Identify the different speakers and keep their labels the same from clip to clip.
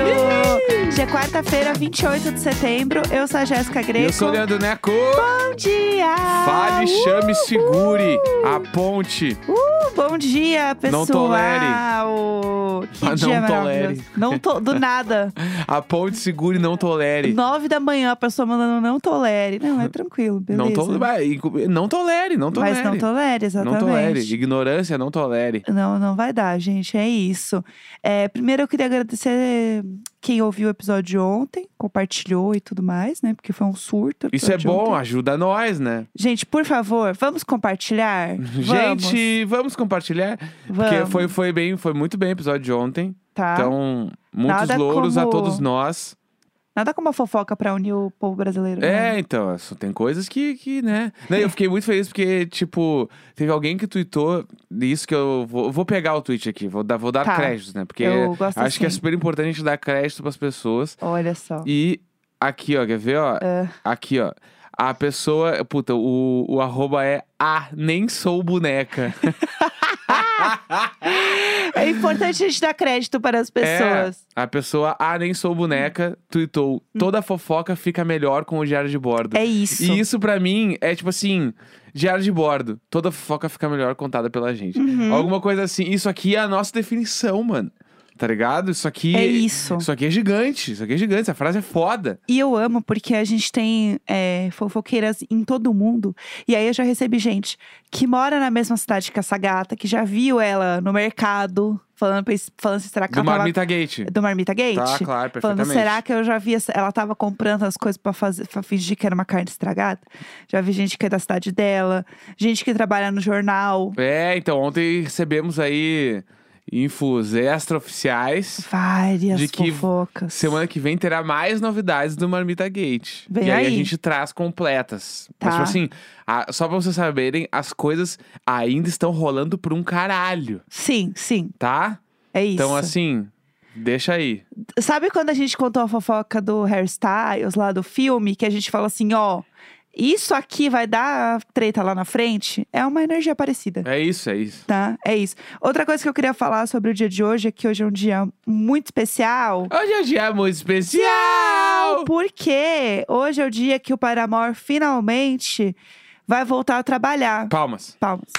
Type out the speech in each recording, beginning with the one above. Speaker 1: um Hoje é quarta-feira, 28 de setembro. Eu sou a Jéssica
Speaker 2: E
Speaker 1: Greco.
Speaker 2: eu sou o Leandro Neco.
Speaker 1: Bom dia!
Speaker 2: Fale,
Speaker 1: Uhul!
Speaker 2: chame, segure. A ponte.
Speaker 1: Uh, bom dia, pessoal!
Speaker 2: Não tolere.
Speaker 1: Que
Speaker 2: Ah, não
Speaker 1: dia maravilhoso.
Speaker 2: tolere.
Speaker 1: Não to... Do nada.
Speaker 2: A ponte, segure, não tolere.
Speaker 1: Nove da manhã, a pessoa mandando não tolere. Não, é tranquilo, beleza.
Speaker 2: Não, to- vai, e- não tolere, não tolere.
Speaker 1: Mas não tolere, exatamente.
Speaker 2: Não tolere. Ignorância, não tolere.
Speaker 1: Não, não vai dar, gente. É isso. É, primeiro eu queria agradecer quem ouviu o episódio de ontem, compartilhou e tudo mais, né? Porque foi um surto. o
Speaker 2: Isso é
Speaker 1: episódio de
Speaker 2: bom,
Speaker 1: ontem.
Speaker 2: ajuda nós, né?
Speaker 1: Gente, por favor, vamos compartilhar? Vamos,
Speaker 2: Uhum. Gente, vamos compartilhar. Porque
Speaker 1: vamos.
Speaker 2: foi, foi bem, foi muito bem o episódio de ontem.
Speaker 1: tá?
Speaker 2: Então, muitos
Speaker 1: Nada
Speaker 2: louros a
Speaker 1: como-
Speaker 2: todos nós.
Speaker 1: Nada como a fofoca pra unir o povo brasileiro. né?
Speaker 2: É, então, isso- tem coisas que, que né? Não, eu fiquei muito feliz porque, tipo, teve alguém que tweetou isso que eu vou, vou pegar o tweet aqui, vou dar, vou dar
Speaker 1: Tá.
Speaker 2: créditos, né? Porque
Speaker 1: Eu gosto
Speaker 2: acho que é
Speaker 1: assim.
Speaker 2: super importante a gente dar crédito pras pessoas.
Speaker 1: Olha só.
Speaker 2: E aqui, ó, quer ver, ó?
Speaker 1: É.
Speaker 2: Aqui, ó. A pessoa, puta, o, o arroba é a nem sou boneca.
Speaker 1: É importante a gente dar crédito para as pessoas.
Speaker 2: É, a pessoa a nem sou boneca tweetou: toda fofoca fica melhor com o diário de bordo.
Speaker 1: É, isso.
Speaker 2: E isso pra mim é tipo assim, diário de bordo. Toda fofoca fica melhor contada pela gente.
Speaker 1: Uhum.
Speaker 2: Alguma coisa assim. Isso aqui é a nossa definição, mano. Tá ligado? Isso aqui
Speaker 1: É isso.
Speaker 2: Isso aqui é gigante. Isso aqui é gigante. Essa frase é foda.
Speaker 1: E eu amo porque a gente tem é, fofoqueiras em todo mundo. E aí eu já recebi gente que mora na mesma cidade que essa gata, que já viu ela no mercado, falando, pra- falando se será que
Speaker 2: Do
Speaker 1: ela
Speaker 2: Marmita Gate.
Speaker 1: tava... Do Marmita Gate.
Speaker 2: Tá, claro,
Speaker 1: Falando,
Speaker 2: perfeitamente.
Speaker 1: será que eu já vi essa... Ela tava comprando as coisas pra, fazer, pra fingir que era uma carne estragada? Já vi gente que é da cidade dela, gente que trabalha no jornal.
Speaker 2: É, então, ontem recebemos aí infos extraoficiais.
Speaker 1: Várias
Speaker 2: De que
Speaker 1: fofocas.
Speaker 2: Semana que vem terá mais novidades do Marmita Gate.
Speaker 1: Vem
Speaker 2: e aí, a
Speaker 1: aí.
Speaker 2: gente traz completas.
Speaker 1: Tá.
Speaker 2: Mas, tipo assim, a- só pra vocês saberem, as coisas ainda estão rolando por um caralho,
Speaker 1: Sim, sim,
Speaker 2: tá?
Speaker 1: é isso.
Speaker 2: Então, assim, deixa aí.
Speaker 1: Sabe quando a gente contou a fofoca do Harry Styles lá do filme, que a gente falou assim, ó, isso aqui vai dar treta lá na frente? É uma energia parecida.
Speaker 2: É isso, é isso.
Speaker 1: Tá, é isso. Outra coisa que eu queria falar sobre o dia de hoje é que hoje é um dia muito especial.
Speaker 2: Hoje é um dia muito especial!
Speaker 1: Porque hoje é o dia que o Paramore finalmente vai voltar a trabalhar.
Speaker 2: Palmas.
Speaker 1: Palmas.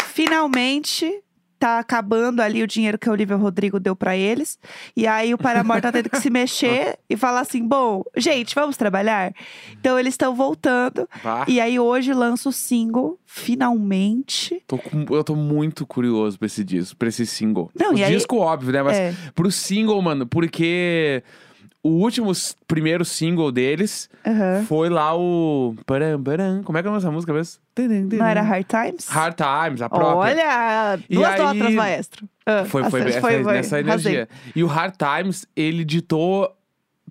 Speaker 1: Finalmente tá acabando ali o dinheiro que a Olivia Rodrigo deu pra eles. E aí o Paramore tá tendo que se mexer e falar assim: "Bom, gente, vamos trabalhar?". Então eles estão voltando.
Speaker 2: Vá.
Speaker 1: E aí hoje lança o single finalmente.
Speaker 2: Tô com- eu tô muito curioso pra esse disco, pra esse single.
Speaker 1: Não,
Speaker 2: o
Speaker 1: e aí-
Speaker 2: disco, óbvio, né? Mas
Speaker 1: É.
Speaker 2: pro single, mano, porque o último s- primeiro single deles
Speaker 1: Aham.
Speaker 2: foi lá o. Param, param. Como é que é a nossa música mesmo?
Speaker 1: Não era Hard Times?
Speaker 2: Hard Times, a própria.
Speaker 1: Olha,
Speaker 2: E
Speaker 1: duas
Speaker 2: aí-
Speaker 1: notas, maestro. Ah,
Speaker 2: Foi, foi,
Speaker 1: bastante,
Speaker 2: essa, nessa
Speaker 1: arrasei.
Speaker 2: energia. E o Hard Times, ele ditou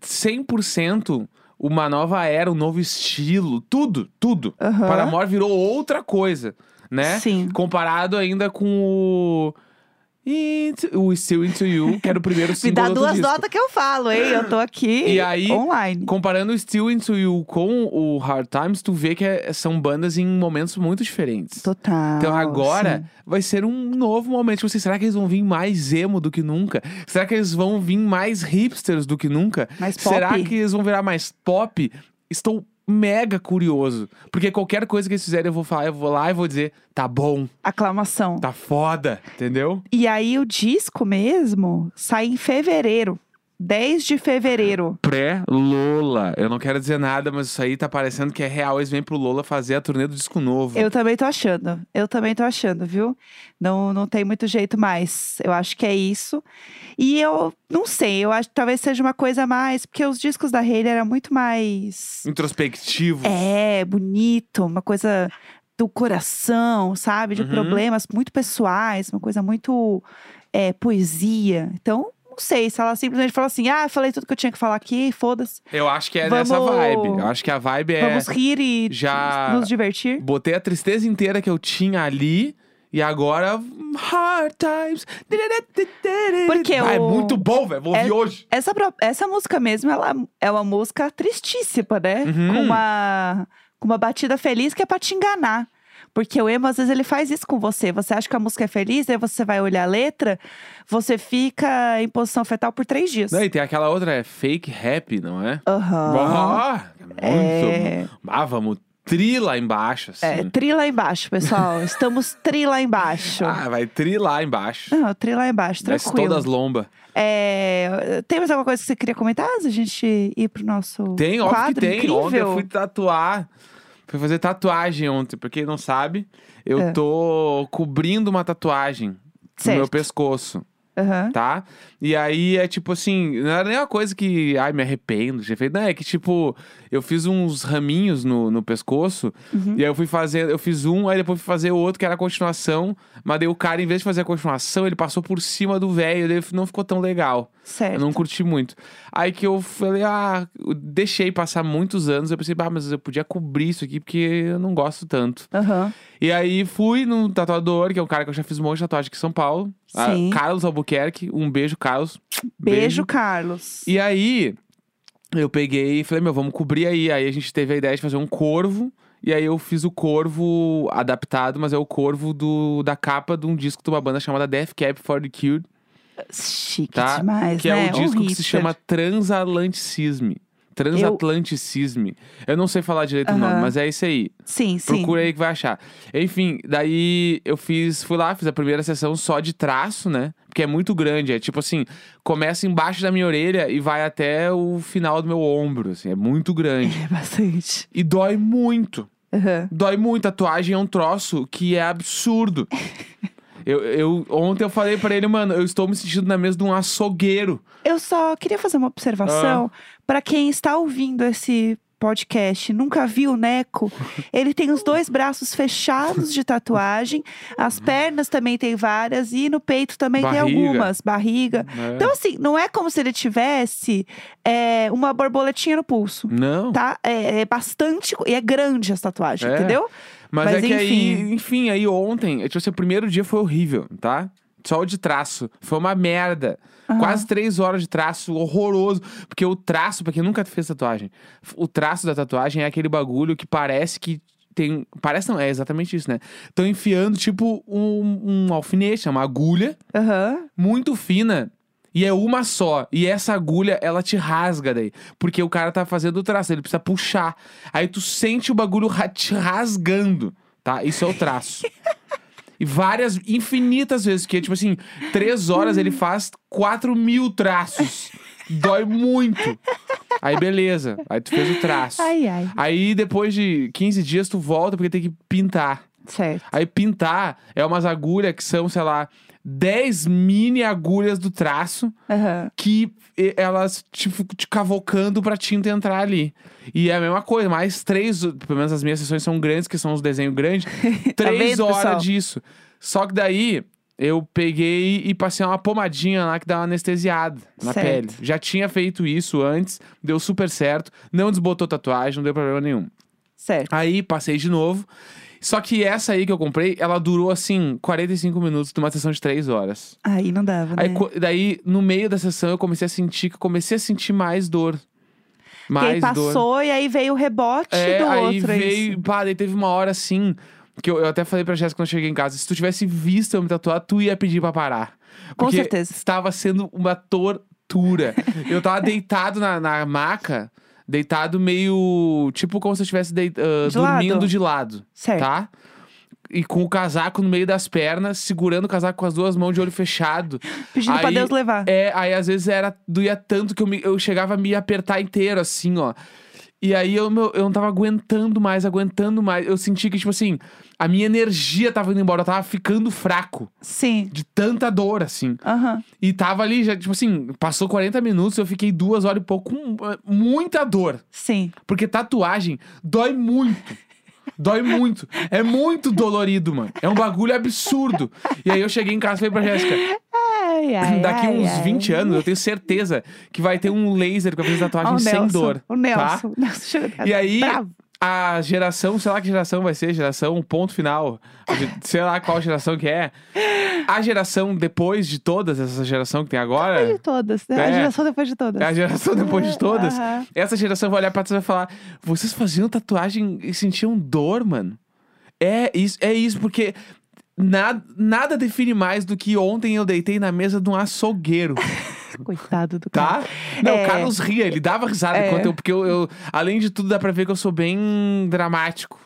Speaker 2: 100% uma nova era, um novo estilo, tudo, tudo.
Speaker 1: Aham.
Speaker 2: Paramore virou outra coisa, né?
Speaker 1: Sim.
Speaker 2: Comparado ainda com o. Into- o Still Into You, que era o primeiro
Speaker 1: Me
Speaker 2: single
Speaker 1: dá
Speaker 2: do
Speaker 1: duas
Speaker 2: disco.
Speaker 1: notas que eu falo, hein? Eu tô aqui
Speaker 2: E aí-
Speaker 1: online.
Speaker 2: Comparando o Still Into You com o Hard Times, tu vê que é- são bandas em momentos muito diferentes.
Speaker 1: Total.
Speaker 2: Então agora
Speaker 1: Ah, sim.
Speaker 2: vai ser um novo momento. Tipo assim, será que eles vão vir mais emo do que nunca? Será que eles vão vir mais hipsters do que nunca?
Speaker 1: Mais pop.
Speaker 2: será que eles vão virar mais pop? Estou mega curioso. Porque qualquer coisa que eles fizerem, eu vou falar, eu vou lá e vou dizer, tá bom,
Speaker 1: Aclamação.
Speaker 2: tá foda, entendeu?
Speaker 1: E aí o disco mesmo sai em fevereiro. 10 de fevereiro.
Speaker 2: Pré-Lola. Eu não quero dizer nada, mas isso aí tá parecendo que é real. Eles vêm pro Lola fazer a turnê do disco novo.
Speaker 1: Eu também tô achando. Eu também tô achando, viu? Não, não tem muito jeito mais. Eu acho que é isso. E eu não sei, eu acho que talvez seja uma coisa a mais, porque os discos da Hayley eram muito mais.
Speaker 2: Introspectivo.
Speaker 1: É, bonito, uma coisa do coração, sabe? De
Speaker 2: Uhum.
Speaker 1: problemas muito pessoais, uma coisa muito é, poesia. Então, não sei, se ela simplesmente fala assim, ah, falei tudo que eu tinha que falar aqui, foda-se.
Speaker 2: Eu acho que é
Speaker 1: Vamos-
Speaker 2: nessa vibe. Eu acho que a vibe é.
Speaker 1: Vamos rir e
Speaker 2: já-
Speaker 1: nos divertir.
Speaker 2: Botei a tristeza inteira que eu tinha ali. E agora, hard times.
Speaker 1: Porque
Speaker 2: ah, É
Speaker 1: o-
Speaker 2: muito bom, velho. Vou
Speaker 1: É-
Speaker 2: ouvir hoje.
Speaker 1: Essa, pro- essa música mesmo, ela é uma música tristíssima, né?
Speaker 2: Uhum.
Speaker 1: Com, uma, com uma batida feliz que é pra te enganar. Porque o emo, às vezes, ele faz isso com você. Você acha que a música é feliz, aí você vai olhar a letra, você fica em posição fetal por três dias.
Speaker 2: Não, e tem aquela outra, é fake happy, não é?
Speaker 1: Aham.
Speaker 2: Ah, muito.
Speaker 1: É.
Speaker 2: Ah, vamos tri lá embaixo, assim.
Speaker 1: É, tri lá embaixo, pessoal. Estamos tri lá embaixo.
Speaker 2: ah, vai tri lá embaixo.
Speaker 1: Não, tri lá embaixo,
Speaker 2: Desce
Speaker 1: Ah, tranquilo.
Speaker 2: todas lomba.
Speaker 1: É, tem mais alguma coisa que você queria comentar antes da gente ir pro nosso
Speaker 2: Tem,
Speaker 1: quadro
Speaker 2: óbvio que tem.
Speaker 1: incrível?
Speaker 2: Ontem eu fui tatuar. Fui fazer tatuagem ontem, pra quem não sabe, eu
Speaker 1: É.
Speaker 2: tô cobrindo uma tatuagem
Speaker 1: Certo.
Speaker 2: no meu pescoço,
Speaker 1: Aham.
Speaker 2: tá? E aí é tipo assim, não era nem uma coisa que, ai, me arrependo de ter feito. Não, é que tipo, eu fiz uns raminhos no, no pescoço,
Speaker 1: Uhum.
Speaker 2: e aí eu fui fazer, eu fiz um, aí depois fui fazer o outro, que era a continuação, mas daí o cara, em vez de fazer a continuação, ele passou por cima do velho, daí não ficou tão legal.
Speaker 1: Certo.
Speaker 2: Eu não curti muito. Aí que eu falei, ah, eu deixei passar muitos anos. Eu pensei, ah, mas eu podia cobrir isso aqui porque eu não gosto tanto.
Speaker 1: Aham.
Speaker 2: E aí fui num tatuador, que é um cara que eu já fiz um monte de tatuagem aqui em São Paulo. Ah,
Speaker 1: Sim.
Speaker 2: Carlos Albuquerque. Um beijo, Carlos.
Speaker 1: Beijo, Carlos.
Speaker 2: E aí eu peguei e falei, meu, vamos cobrir aí. Aí a gente teve a ideia de fazer um corvo. E aí eu fiz o corvo adaptado, mas é o corvo do, da capa de um disco de uma banda chamada Death Cab for the Cured.
Speaker 1: Chique
Speaker 2: Tá,
Speaker 1: demais,
Speaker 2: que
Speaker 1: né?
Speaker 2: é o disco que
Speaker 1: hipster.
Speaker 2: se chama Transatlanticisme. Transatlanticisme. Eu não sei falar direito o
Speaker 1: Aham.
Speaker 2: nome, mas é isso aí.
Speaker 1: Sim, sim.
Speaker 2: Procura aí que vai achar. Enfim, daí eu fiz, fui lá, fiz a primeira sessão só de traço, né? Porque é muito grande, é tipo assim, começa embaixo da minha orelha e vai até o final do meu ombro, assim, é muito grande.
Speaker 1: É bastante.
Speaker 2: E dói muito.
Speaker 1: Aham.
Speaker 2: Dói muito, tatuagem é um troço que é absurdo. Eu, eu- ontem eu falei pra ele, mano, eu estou me sentindo na mesa de um açougueiro.
Speaker 1: Eu só queria fazer uma observação
Speaker 2: Ah.
Speaker 1: pra quem está ouvindo esse podcast, e nunca viu o Neco. Ele tem os dois braços fechados de tatuagem, as pernas também tem várias e no peito também
Speaker 2: Uhum. Barriga.
Speaker 1: tem algumas, barriga.
Speaker 2: né?
Speaker 1: Então assim, não é como se ele tivesse é, uma borboletinha no pulso.
Speaker 2: Não.
Speaker 1: Tá? É, é bastante. E é grande essa tatuagem,
Speaker 2: É.
Speaker 1: entendeu?
Speaker 2: Mas,
Speaker 1: Mas
Speaker 2: é que
Speaker 1: enfim.
Speaker 2: aí, enfim, aí ontem, é, tipo assim, o primeiro dia foi horrível, tá? Só o de traço. Foi uma merda.
Speaker 1: Aham.
Speaker 2: Quase três horas de traço, horroroso. Porque o traço, pra quem nunca fez tatuagem, f- o traço da tatuagem é aquele bagulho que parece que tem. Parece não, é exatamente isso, né? Estão enfiando, tipo, um, um alfinete, uma agulha
Speaker 1: Aham.
Speaker 2: muito fina. E é uma só. E essa agulha, ela te rasga daí. Porque o cara tá fazendo o traço, ele precisa puxar. Aí tu sente o bagulho ra- te rasgando, tá? Isso é o traço. e várias, infinitas vezes. Porque, tipo assim, três horas ele faz quatro mil traços. Dói muito. Aí beleza. Aí tu fez o traço.
Speaker 1: Ai, ai.
Speaker 2: Aí depois de 15 dias tu volta porque tem que pintar.
Speaker 1: Certo.
Speaker 2: Aí pintar é umas agulhas que são, sei lá, 10 mini agulhas do traço
Speaker 1: Aham.
Speaker 2: que e- elas te, fu- te cavocando pra tinta entrar ali. E é a mesma coisa, mais três, pelo menos as minhas sessões são grandes, que são os desenhos grandes, três
Speaker 1: Tá vendo,
Speaker 2: horas
Speaker 1: pessoal?
Speaker 2: disso. Só que daí eu peguei e passei uma pomadinha lá que dá uma anestesiada na
Speaker 1: Certo.
Speaker 2: pele. Já tinha feito isso antes, deu super certo, não desbotou tatuagem, não deu problema nenhum.
Speaker 1: Certo.
Speaker 2: Aí passei de novo. Só que essa aí que eu comprei, ela durou assim 45 minutos de uma sessão de 3 horas.
Speaker 1: Aí não dava, né?
Speaker 2: Aí, co- daí, no meio da sessão, eu comecei a sentir que eu comecei a sentir mais dor.
Speaker 1: Porque
Speaker 2: Mais
Speaker 1: aí
Speaker 2: dor.
Speaker 1: passou e aí veio o rebote
Speaker 2: É,
Speaker 1: do
Speaker 2: aí
Speaker 1: outro. é
Speaker 2: veio,
Speaker 1: isso.
Speaker 2: pá, daí teve uma hora assim. Que eu, eu até falei pra Jéssica quando eu cheguei em casa: se tu tivesse visto eu me tatuar, tu ia pedir pra parar.
Speaker 1: Com
Speaker 2: Porque
Speaker 1: certeza.
Speaker 2: Estava sendo uma tortura. eu tava deitado na, na maca, deitado meio. Tipo como se eu estivesse deit- ah,
Speaker 1: De
Speaker 2: dormindo
Speaker 1: lado.
Speaker 2: de lado
Speaker 1: Certo.
Speaker 2: tá? E com o casaco no meio das pernas, segurando o casaco com as duas mãos de olho fechado.
Speaker 1: Pedindo pra
Speaker 2: Aí-
Speaker 1: Deus levar.
Speaker 2: É, aí às vezes era doía tanto que eu, me- eu chegava a me apertar inteiro, assim, ó. E aí eu, meu, eu não tava aguentando mais, aguentando mais. Eu senti que, tipo assim, a minha energia tava indo embora, eu tava ficando fraco.
Speaker 1: Sim.
Speaker 2: De tanta dor, assim.
Speaker 1: Aham.
Speaker 2: E tava ali, já, tipo assim, passou 40 minutos, eu fiquei duas horas e pouco com eh, muita dor.
Speaker 1: Sim.
Speaker 2: Porque tatuagem dói muito. Dói muito. É muito dolorido, mano. É um bagulho absurdo. E aí eu cheguei em casa e falei pra Jéssica:
Speaker 1: Ai, ai,
Speaker 2: daqui
Speaker 1: ai,
Speaker 2: uns
Speaker 1: ai.
Speaker 2: 20 anos eu tenho certeza que vai ter um laser com a
Speaker 1: Ó,
Speaker 2: tatuagem
Speaker 1: o
Speaker 2: sem
Speaker 1: Nelson,
Speaker 2: dor.
Speaker 1: O Nelson.
Speaker 2: Tá?
Speaker 1: O Nelson chegou-
Speaker 2: E aí,
Speaker 1: Bravo.
Speaker 2: a geração, sei lá que geração vai ser, geração ponto final, sei lá qual geração que é. A geração depois de todas, essa geração que tem
Speaker 1: Depois
Speaker 2: agora,
Speaker 1: de todas. né? A
Speaker 2: É.
Speaker 1: geração depois de todas.
Speaker 2: a geração depois de todas,
Speaker 1: Aham.
Speaker 2: essa geração vai olhar pra trás e vai falar: vocês faziam tatuagem e sentiam dor, mano. É isso, é isso porque nada, nada define mais do que ontem eu deitei na mesa de um açougueiro,
Speaker 1: Coitado do cara.
Speaker 2: tá? Não,
Speaker 1: É.
Speaker 2: o Carlos ria, ele dava risada
Speaker 1: É.
Speaker 2: enquanto eu, porque eu, eu- além de tudo, dá pra ver que eu sou bem dramático.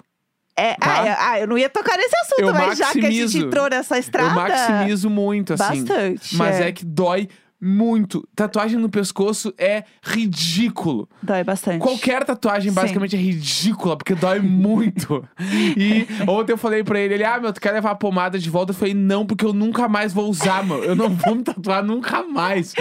Speaker 1: É,
Speaker 2: Tá.
Speaker 1: ah, eu- ah, eu não ia tocar nesse assunto,
Speaker 2: Eu
Speaker 1: mas já que a gente
Speaker 2: maximizo.
Speaker 1: entrou nessa estrada.
Speaker 2: Eu maximizo muito, assim.
Speaker 1: Bastante.
Speaker 2: Mas é. que dói muito. Tatuagem no pescoço é ridículo.
Speaker 1: Dói bastante.
Speaker 2: Qualquer tatuagem
Speaker 1: Sim.
Speaker 2: basicamente é ridícula, porque dói muito. e ontem eu falei pra ele, ele, ah, meu, tu quer levar a pomada de volta? Eu falei, não, porque eu nunca mais vou usar, meu. Eu não vou me tatuar nunca mais.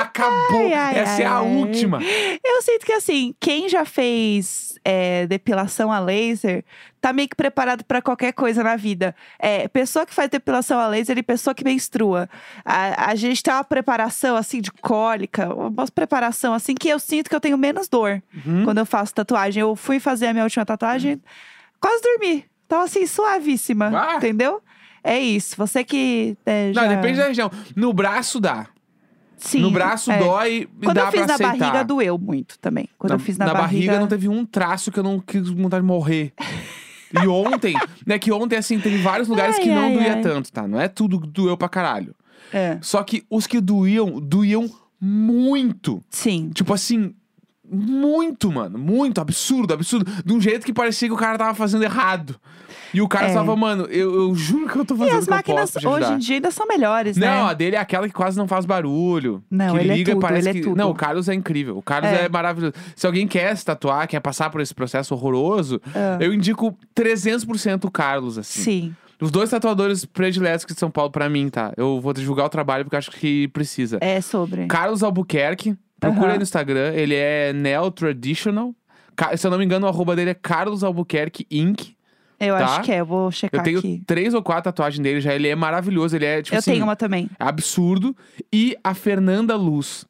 Speaker 2: Acabou.
Speaker 1: Ai, ai,
Speaker 2: Essa é a
Speaker 1: ai, ai.
Speaker 2: última.
Speaker 1: Eu sinto que assim, quem já fez é, depilação a laser tá meio que preparado pra qualquer coisa na vida. É, pessoa que faz depilação a laser e pessoa que menstrua. A, a gente tem uma preparação assim de cólica, uma preparação assim que eu sinto que eu tenho menos dor
Speaker 2: Uhum.
Speaker 1: quando eu faço tatuagem. Eu fui fazer a minha última tatuagem, quase dormi. Tava assim, suavíssima.
Speaker 2: Ah!
Speaker 1: Entendeu? É isso. Você que. é,
Speaker 2: Não,
Speaker 1: já-
Speaker 2: depende da região. No braço dá.
Speaker 1: Sim,
Speaker 2: no braço
Speaker 1: é.
Speaker 2: dói e
Speaker 1: Quando
Speaker 2: dá
Speaker 1: eu fiz
Speaker 2: pra
Speaker 1: na
Speaker 2: aceitar.
Speaker 1: barriga, doeu muito também. Quando eu fiz na,
Speaker 2: não teve um traço que eu não quis vontade de morrer. E ontem, né, que ontem, assim, teve vários lugares que
Speaker 1: Ai,
Speaker 2: não
Speaker 1: ai,
Speaker 2: doía
Speaker 1: ai.
Speaker 2: tanto, tá? Não é tudo que doeu pra caralho.
Speaker 1: É.
Speaker 2: Só que os que doíam, doíam muito.
Speaker 1: Sim.
Speaker 2: Tipo assim, muito, mano. Muito, absurdo, absurdo. De um jeito que parecia que o cara tava fazendo errado. E o cara
Speaker 1: É.
Speaker 2: tava, mano, eu, eu juro que eu tô
Speaker 1: E
Speaker 2: fazendo o
Speaker 1: as
Speaker 2: que eu
Speaker 1: máquinas
Speaker 2: posso pra te
Speaker 1: hoje
Speaker 2: ajudar.
Speaker 1: em dia ainda são melhores, né?
Speaker 2: Não, a dele é aquela que quase não faz barulho.
Speaker 1: Não,
Speaker 2: que
Speaker 1: ele é
Speaker 2: liga e
Speaker 1: tudo, ele
Speaker 2: parece
Speaker 1: é
Speaker 2: que.
Speaker 1: tudo.
Speaker 2: Não, o Carlos é incrível. O Carlos é.
Speaker 1: É.
Speaker 2: maravilhoso. Se alguém quer se tatuar, quer passar por esse processo horroroso,
Speaker 1: É.
Speaker 2: eu indico 300% o Carlos, assim.
Speaker 1: Ah, Sim.
Speaker 2: Os dois tatuadores prediletos de São Paulo pra mim, tá? Eu vou divulgar o trabalho porque eu acho que precisa.
Speaker 1: É sobre.
Speaker 2: Carlos Albuquerque, procura
Speaker 1: Aham.
Speaker 2: aí no Instagram, ele é Neo Traditional. Ca- Se eu não me engano, o arroba dele é Carlos Albuquerque Inc.
Speaker 1: Eu
Speaker 2: tá.
Speaker 1: acho que é, eu vou checar
Speaker 2: Eu tenho
Speaker 1: aqui.
Speaker 2: três ou quatro tatuagens dele já. Ele é maravilhoso. Ele é tipo
Speaker 1: eu
Speaker 2: assim,
Speaker 1: tenho uma também.
Speaker 2: absurdo. E a Fernanda Luz,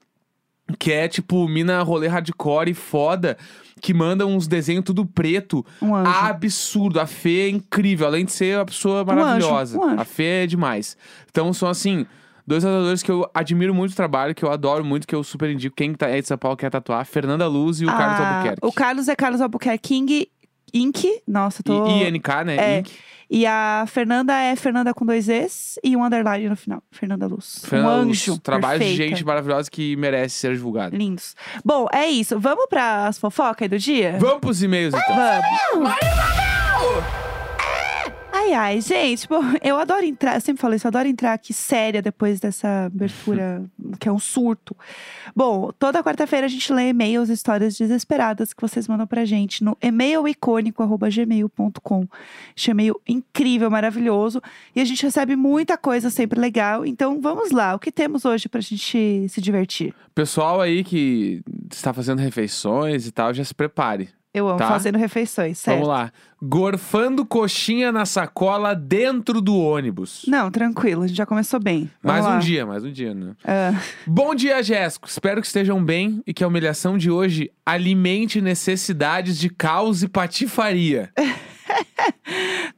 Speaker 2: que é tipo mina rolê hardcore e foda, que manda uns desenhos tudo preto.
Speaker 1: Um anjo.
Speaker 2: Absurdo. A Fê é incrível, além de ser uma pessoa
Speaker 1: anjo,
Speaker 2: maravilhosa.
Speaker 1: um anjo.
Speaker 2: A Fê é demais. Então são assim. Dois tatuadores que eu admiro muito o trabalho, que eu adoro muito, que eu super indico. Quem tá, é de São Paulo quer tatuar, Fernanda Luz e o Carlos
Speaker 1: Ah,
Speaker 2: Albuquerque.
Speaker 1: O Carlos é Carlos Albuquerque King, Inc. Nossa, eu tô.
Speaker 2: E INK, né?
Speaker 1: É.
Speaker 2: Inc.
Speaker 1: E a Fernanda é Fernanda com dois E's e um underline no final. Fernanda Luz.
Speaker 2: Fernanda
Speaker 1: um
Speaker 2: Luz.
Speaker 1: anjo.
Speaker 2: Trabalho
Speaker 1: perfeita.
Speaker 2: de gente maravilhosa que merece ser divulgado.
Speaker 1: Lindos. Bom, é isso. Vamos para as fofocas do dia?
Speaker 2: Vamos pros e-mails então.
Speaker 1: Vamos. É! Ai, ai, gente, bom, eu adoro entrar, eu sempre falo isso, eu adoro entrar aqui séria depois dessa abertura, que é um surto. Bom, toda quarta-feira a gente lê e-mails, histórias desesperadas que vocês mandam pra gente no e-mailicônico.gmail.com. Este e-mail incrível, maravilhoso, e a gente recebe muita coisa sempre legal, então vamos lá, o que temos hoje pra gente se divertir?
Speaker 2: Pessoal aí que está fazendo refeições e tal, já se prepare.
Speaker 1: Eu amo
Speaker 2: Tá.
Speaker 1: fazendo refeições, certo?
Speaker 2: Vamos lá. Gorfando coxinha na sacola dentro do ônibus.
Speaker 1: Não, tranquilo, a gente já começou bem.
Speaker 2: mais
Speaker 1: Vamos
Speaker 2: um
Speaker 1: lá.
Speaker 2: dia, mais um dia, né?
Speaker 1: Ah.
Speaker 2: Bom dia, Jéssico. Espero que estejam bem e que a humilhação de hoje alimente necessidades de caos e patifaria.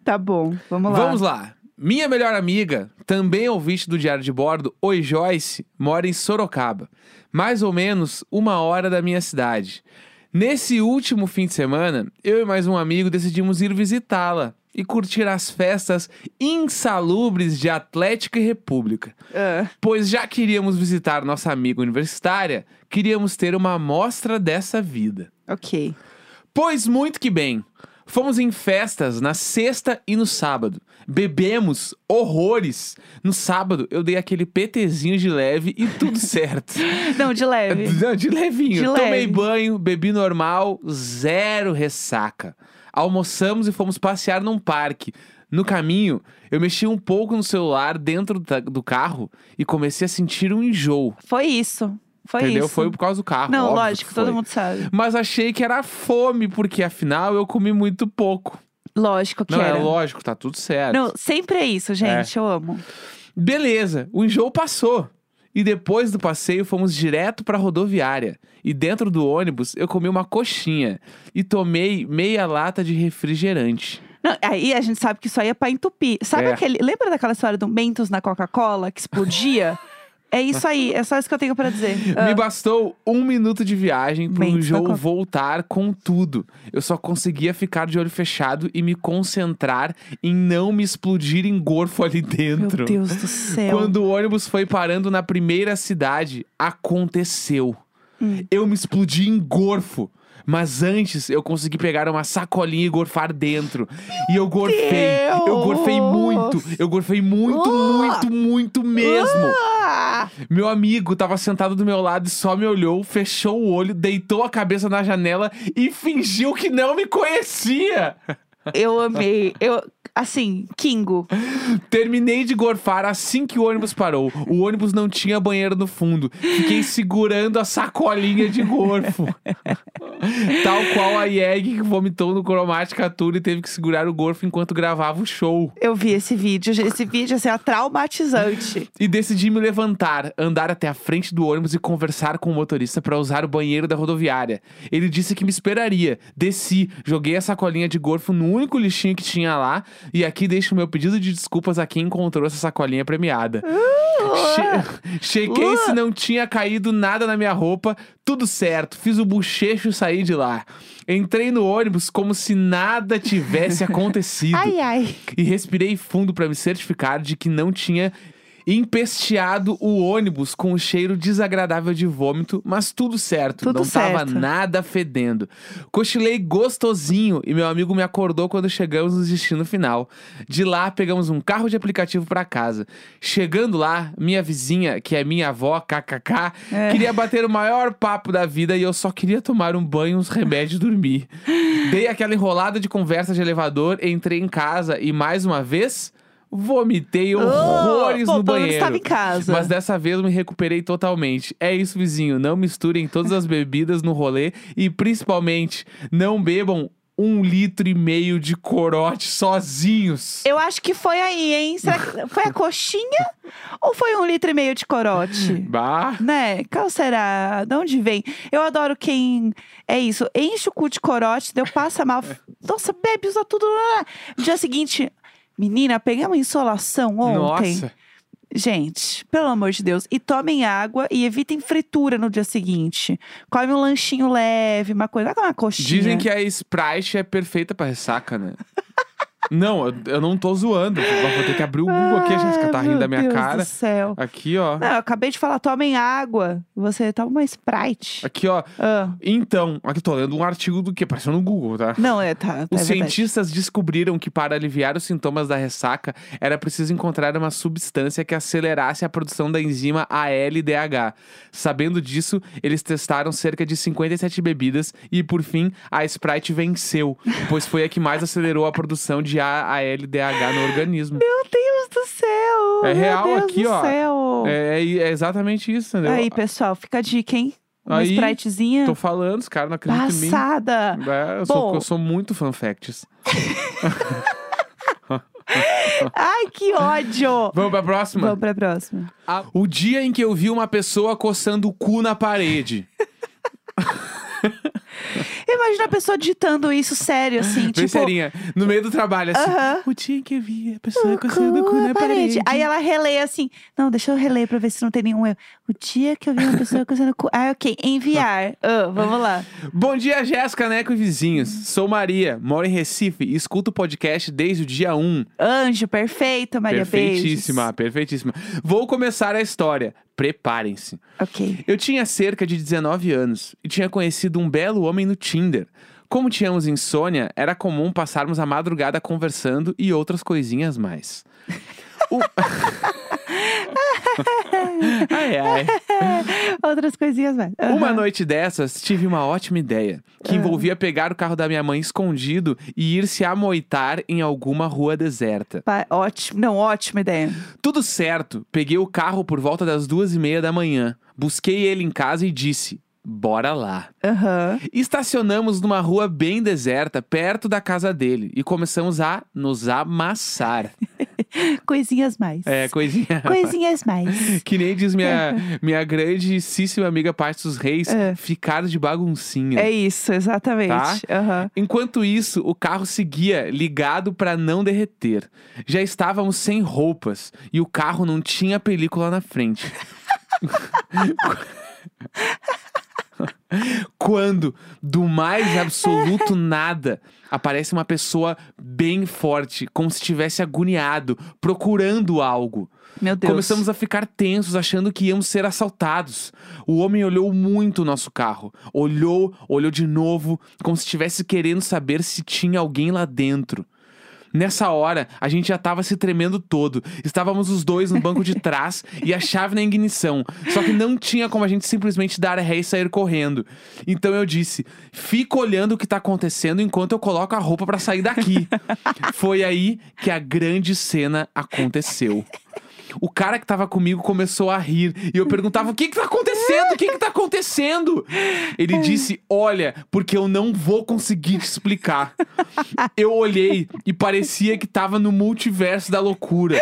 Speaker 1: Tá bom, vamos lá.
Speaker 2: Vamos lá. Minha melhor amiga, também ouvinte do Diário de Bordo, Oi Joyce, mora em Sorocaba, mais ou menos uma hora da minha cidade. Nesse último fim de semana, eu e mais um amigo decidimos ir visitá-la e curtir as festas insalubres de Atlética e República.
Speaker 1: Ah,
Speaker 2: Pois já queríamos visitar nossa amiga universitária, queríamos ter uma amostra dessa vida.
Speaker 1: ok.
Speaker 2: Pois muito que bem. Fomos em festas na sexta e no sábado. Bebemos horrores. No sábado eu dei aquele PTzinho de leve e tudo certo.
Speaker 1: Não, de leve.
Speaker 2: Não, de levinho.
Speaker 1: De
Speaker 2: Tomei
Speaker 1: leve.
Speaker 2: banho, bebi normal, zero ressaca. Almoçamos e fomos passear num parque. No caminho, eu mexi um pouco no celular dentro da- do carro e comecei a sentir um enjoo.
Speaker 1: Foi isso. Foi
Speaker 2: entendeu?
Speaker 1: isso.
Speaker 2: Foi por causa do carro.
Speaker 1: Não,
Speaker 2: óbvio que
Speaker 1: lógico,
Speaker 2: foi.
Speaker 1: todo mundo sabe.
Speaker 2: Mas achei que era fome, porque afinal eu comi muito pouco.
Speaker 1: Lógico que
Speaker 2: Não,
Speaker 1: era.
Speaker 2: é lógico, tá tudo certo.
Speaker 1: Não, sempre é isso, gente. Eu amo.
Speaker 2: Beleza, o enjoo passou. E depois do passeio fomos direto pra rodoviária. E dentro do ônibus eu comi uma coxinha e tomei meia lata de refrigerante.
Speaker 1: Não, aí a gente sabe que isso aí é pra entupir. Sabe
Speaker 2: É.
Speaker 1: aquele. Lembra daquela história do Mentos na Coca-Cola que explodia? É isso aí, é só isso que eu tenho pra dizer.
Speaker 2: Me bastou um minuto de viagem pro
Speaker 1: Mente,
Speaker 2: jogo
Speaker 1: Ah. socorro.
Speaker 2: voltar com tudo. Eu só conseguia ficar de olho fechado e me concentrar em não me explodir em gorfo ali
Speaker 1: Meu
Speaker 2: dentro.
Speaker 1: Deus do céu.
Speaker 2: Quando o ônibus foi parando na primeira cidade, aconteceu.
Speaker 1: Hum.
Speaker 2: Eu me explodi em gorfo. Mas antes eu consegui pegar uma sacolinha e gorfar dentro. e eu gorfei. Eu gorfei
Speaker 1: Deus!
Speaker 2: muito. Eu gorfei muito,
Speaker 1: Ah!
Speaker 2: muito, muito mesmo.
Speaker 1: Ah!
Speaker 2: Meu amigo tava sentado do meu lado e só me olhou, fechou o olho, deitou a cabeça na janela e fingiu que não me conhecia.
Speaker 1: Eu amei. Eu, assim, Kingo.
Speaker 2: Terminei de gorfar assim que o ônibus parou. O ônibus não tinha banheiro no fundo. Fiquei segurando a sacolinha de gorfo. Tal qual a Yeg que vomitou no Chromatica Tour e teve que segurar o gorfo enquanto gravava o show.
Speaker 1: Eu vi esse vídeo. Esse vídeo, assim, é traumatizante.
Speaker 2: E decidi me levantar, andar até a frente do ônibus e conversar com o motorista para usar o banheiro da rodoviária. Ele disse que me esperaria. Desci, joguei a sacolinha de gorfo no único lixinho que tinha lá e aqui deixo meu pedido de desculpas a quem encontrou essa sacolinha premiada. Che- Chequei se não tinha caído nada na minha roupa, tudo certo, fiz o bochecho e saí de lá. Entrei no ônibus como se nada tivesse acontecido
Speaker 1: Ai, ai.
Speaker 2: e respirei fundo para me certificar de que não tinha empesteado o ônibus com um cheiro desagradável de vômito, mas tudo certo,
Speaker 1: Tudo
Speaker 2: não tava
Speaker 1: certo.
Speaker 2: nada fedendo. Cochilei gostosinho e meu amigo me acordou quando chegamos no destino final. De lá pegamos um carro de aplicativo para casa. Chegando lá, minha vizinha, que é minha avó, kkk,
Speaker 1: É.
Speaker 2: queria bater o maior papo da vida e eu só queria tomar um banho, uns remédios e dormir. Dei aquela enrolada de conversa de elevador, entrei em casa e mais uma vez vomitei horrores
Speaker 1: Pô,
Speaker 2: no
Speaker 1: pelo menos
Speaker 2: banheiro.
Speaker 1: tava em casa.
Speaker 2: Mas dessa vez eu me recuperei totalmente. É isso, vizinho. Não misturem todas as bebidas no rolê e principalmente não bebam um litro e meio de corote sozinhos.
Speaker 1: Eu acho que foi aí, hein? Será que foi a coxinha ou foi um litro e meio de corote?
Speaker 2: Bah.
Speaker 1: Né? Qual será? De onde vem? Eu adoro quem. É isso. Enche o cu de corote, deu passa mal. Nossa, bebe, usa tudo. lá, lá. No dia seguinte, menina, peguei uma insolação ontem.
Speaker 2: Nossa.
Speaker 1: Gente, pelo amor de Deus. E tomem água e evitem fritura no dia seguinte. Come um lanchinho leve, uma coisa. Uma coxinha.
Speaker 2: Dizem que a Sprite é perfeita pra ressaca, né? não, eu, eu não tô zoando. Eu Vou ter que abrir o Google aqui, a Jéssica tá
Speaker 1: Ai,
Speaker 2: rindo
Speaker 1: Ah, meu
Speaker 2: da minha
Speaker 1: Deus
Speaker 2: cara.
Speaker 1: Do
Speaker 2: Ah.
Speaker 1: céu.
Speaker 2: Aqui, ó.
Speaker 1: Não, eu acabei de falar, tomem água. Você toma uma Sprite.
Speaker 2: Aqui, ó.
Speaker 1: Ah,
Speaker 2: Então, aqui tô lendo um artigo do que apareceu no Google, tá?
Speaker 1: não, é, tá. tá,
Speaker 2: Os
Speaker 1: é verdade.
Speaker 2: cientistas descobriram que para aliviar os sintomas da ressaca era preciso encontrar uma substância que acelerasse a produção da enzima ALDH. Sabendo disso, eles testaram cerca de 57 bebidas e, por fim, a Sprite venceu, pois foi a que mais acelerou a produção de ALDH no organismo.
Speaker 1: Meu Deus do céu!
Speaker 2: É
Speaker 1: meu
Speaker 2: real
Speaker 1: Deus
Speaker 2: aqui,
Speaker 1: do
Speaker 2: ó.
Speaker 1: Céu.
Speaker 2: É, é exatamente isso, entendeu?
Speaker 1: Aí, pessoal, fica a dica, hein? Uma
Speaker 2: Aí,
Speaker 1: Spritezinha
Speaker 2: Tô falando, os caras não acreditam em mim.
Speaker 1: passada.
Speaker 2: É, eu, sou,
Speaker 1: Bom.
Speaker 2: eu sou muito fanfacts.
Speaker 1: Ai, que ódio!
Speaker 2: Vamos pra próxima?
Speaker 1: Vamos pra próxima.
Speaker 2: A- O dia em que eu vi uma pessoa coçando o cu na parede.
Speaker 1: Imagina a pessoa digitando isso sério, assim,
Speaker 2: Bem
Speaker 1: tipo.
Speaker 2: serinha. No meio do trabalho, assim.
Speaker 1: Aham.
Speaker 2: O dia em que eu vi a pessoa coçando o cu na parede.
Speaker 1: Aí ela releia assim. Não, deixa eu reler pra ver se não tem nenhum erro. O dia que eu vi uma pessoa coçando o cu. Ah, ok. Enviar. Ah,
Speaker 2: Tá.
Speaker 1: vamos lá.
Speaker 2: Bom dia, Jéssica Neco e vizinhos.
Speaker 1: Uhum.
Speaker 2: Sou Maria, moro em Recife e escuto o podcast desde o dia 1.
Speaker 1: Anjo, perfeito, Maria
Speaker 2: perfeitíssima, perfeitíssima. Vou começar a história. Preparem-se.
Speaker 1: Beijos. Ok.
Speaker 2: Eu tinha cerca de 19 anos e tinha conhecido um belo homem no Tinder. Como tínhamos insônia, era comum passarmos a madrugada conversando e outras coisinhas mais. O- ai, ai.
Speaker 1: Outras coisinhas mais. Aham. Ah.
Speaker 2: Uma noite dessas, tive uma ótima ideia, que envolvia pegar o carro da minha mãe escondido e ir se amoitar em alguma rua deserta.
Speaker 1: Pa- Ótimo, não, ótima ideia.
Speaker 2: Tudo certo, peguei o carro por volta das duas e meia da manhã, busquei ele em casa e disse: bora lá.
Speaker 1: Aham.
Speaker 2: Estacionamos numa rua bem deserta, perto da casa dele, e começamos a nos amassar.
Speaker 1: Coisinhas mais.
Speaker 2: É, coisinha.
Speaker 1: Coisinhas mais.
Speaker 2: Que nem diz minha, minha grandíssima amiga Parte dos Reis,
Speaker 1: É.
Speaker 2: ficar de baguncinha.
Speaker 1: É isso, exatamente.
Speaker 2: Tá.
Speaker 1: Aham.
Speaker 2: Enquanto isso, o carro seguia ligado para não derreter. Já estávamos sem roupas e o carro não tinha película na frente. Quando, do mais absoluto nada, aparece uma pessoa bem forte, como se estivesse agoniado, procurando algo.
Speaker 1: Meu Deus.
Speaker 2: Começamos a ficar tensos, achando que íamos ser assaltados. O homem olhou muito o nosso carro. Olhou, olhou de novo, como se estivesse querendo saber se tinha alguém lá dentro. Nessa hora, a gente já estava se tremendo todo. Estávamos os dois no banco de trás e a chave na ignição. Só que não tinha como a gente simplesmente dar ré e sair correndo. Então eu disse: fica olhando o que tá acontecendo enquanto eu coloco a roupa para sair daqui. Foi aí que a grande cena aconteceu. O cara que tava comigo começou a rir. E eu perguntava: o que que tá acontecendo? O que que tá acontecendo? Ele disse: olha, porque eu não vou conseguir te explicar. Eu olhei e parecia que tava no multiverso da loucura.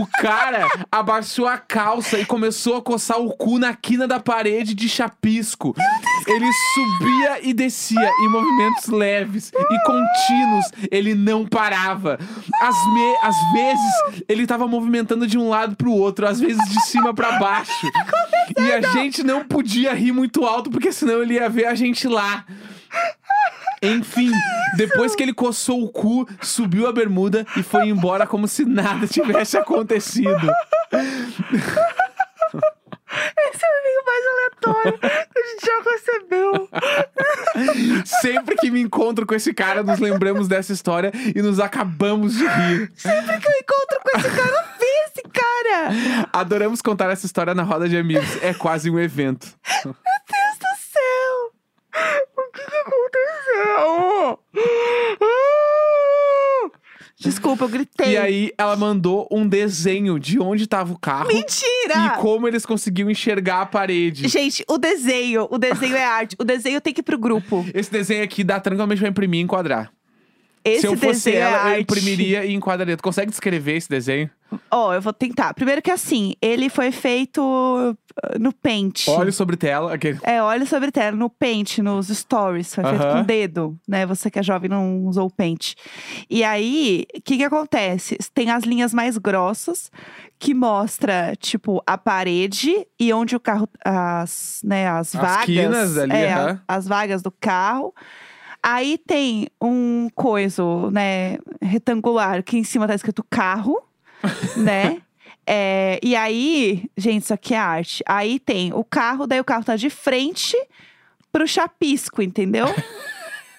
Speaker 2: O cara abaixou a calça e começou a coçar o cu na quina da parede de chapisco. Ele subia e descia em movimentos leves e contínuos. Ele não parava. Às, me- às vezes, ele tava movimentando de um lado pro outro, às vezes de cima pra baixo. E a gente não podia rir muito alto, porque senão ele ia ver a gente lá. Enfim, depois que ele coçou o cu, subiu a bermuda e foi embora como se nada tivesse acontecido.
Speaker 1: Esse é o e-mail mais aleatório que a gente já recebeu.
Speaker 2: Sempre que me encontro com esse cara, nos lembramos dessa história e nos acabamos de rir.
Speaker 1: Sempre que eu encontro com esse cara, eu vi esse cara.
Speaker 2: Adoramos contar essa história na roda de amigos. É quase um evento.
Speaker 1: Meu Deus do céu! O que, que aconteceu? Ah! Desculpa, eu gritei.
Speaker 2: E aí, ela mandou um desenho de onde tava o carro
Speaker 1: Mentira!
Speaker 2: e como eles conseguiam enxergar a parede.
Speaker 1: Gente, o desenho, o desenho é arte. O desenho tem que ir pro grupo.
Speaker 2: Esse desenho aqui dá tranquilamente pra imprimir e enquadrar.
Speaker 1: Esse
Speaker 2: Se eu
Speaker 1: desenho
Speaker 2: fosse
Speaker 1: é
Speaker 2: ela,
Speaker 1: arte.
Speaker 2: eu imprimiria e enquadraria. Tu consegue descrever esse desenho?
Speaker 1: Ó, eu vou tentar. Primeiro que assim, ele foi feito uh, no Paint.
Speaker 2: Olho sobre tela. Aquele...
Speaker 1: É, olha sobre tela, no Paint, nos stories, foi feito
Speaker 2: Aham.
Speaker 1: com o dedo, né? Você que é jovem não usou o Paint. E aí, o que que acontece? Tem as linhas mais grossas, que mostra, tipo, a parede e onde o carro, as, né, as,
Speaker 2: As
Speaker 1: vagas.
Speaker 2: quinas ali,
Speaker 1: é,
Speaker 2: aham.
Speaker 1: as vagas do carro. Aí tem um coiso, né, retangular, que em cima tá escrito carro, né? É, e aí, gente, isso aqui é arte. Aí tem o carro, daí o carro tá de frente pro chapisco, entendeu?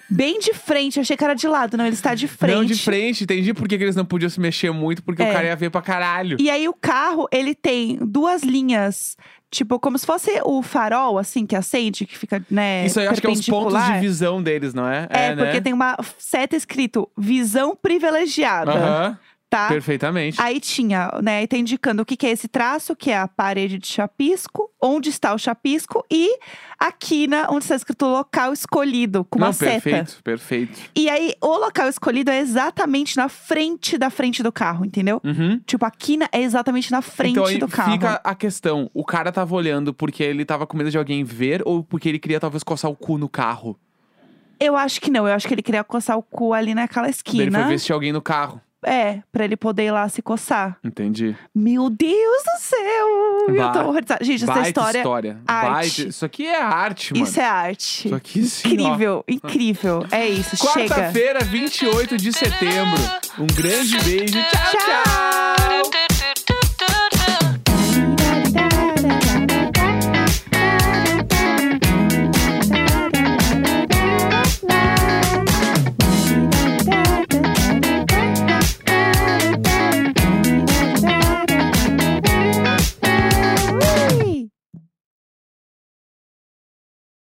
Speaker 1: Bem de frente, achei que era de lado, não, ele está de frente.
Speaker 2: Não de frente, entendi por que que eles não podiam se mexer muito, porque
Speaker 1: É.
Speaker 2: o cara ia ver pra caralho.
Speaker 1: E aí o carro, ele tem duas linhas, tipo, como se fosse o farol, assim, que acende, que fica, né,
Speaker 2: Isso aí acho que é os pontos de
Speaker 1: perpendicular.
Speaker 2: visão deles, não é?
Speaker 1: É, porque
Speaker 2: né?
Speaker 1: tem uma seta escrito visão privilegiada,
Speaker 2: Aham,
Speaker 1: tá?
Speaker 2: perfeitamente.
Speaker 1: Aí tinha, né? Aí tá indicando o que, que é esse traço, que é a parede de chapisco, onde está o chapisco e a quina, onde está escrito local escolhido, com uma
Speaker 2: não,
Speaker 1: seta.
Speaker 2: perfeito, perfeito.
Speaker 1: E aí, o local escolhido é exatamente na frente da frente do carro, entendeu?
Speaker 2: Uhum.
Speaker 1: Tipo, a quina é exatamente na frente
Speaker 2: então aí
Speaker 1: do carro.
Speaker 2: fica a questão, o cara tava olhando porque ele tava com medo de alguém ver ou porque ele queria talvez coçar o cu no carro?
Speaker 1: Eu acho que não, eu acho que ele queria coçar o cu ali naquela
Speaker 2: Daí Ele foi
Speaker 1: esquina.
Speaker 2: ver se tinha alguém no carro.
Speaker 1: É, pra ele poder ir lá se coçar.
Speaker 2: Entendi.
Speaker 1: Meu Deus do céu! Eu tô
Speaker 2: Bah,
Speaker 1: horrorizada. Gente, essa
Speaker 2: Baita
Speaker 1: história. arte.
Speaker 2: Baita- Isso aqui é arte, mano.
Speaker 1: Isso é arte.
Speaker 2: Isso aqui sim, ó.
Speaker 1: Incrível, incrível. É isso, chega.
Speaker 2: Quarta-feira, 28 de setembro. Um grande beijo. Tchau, tchau.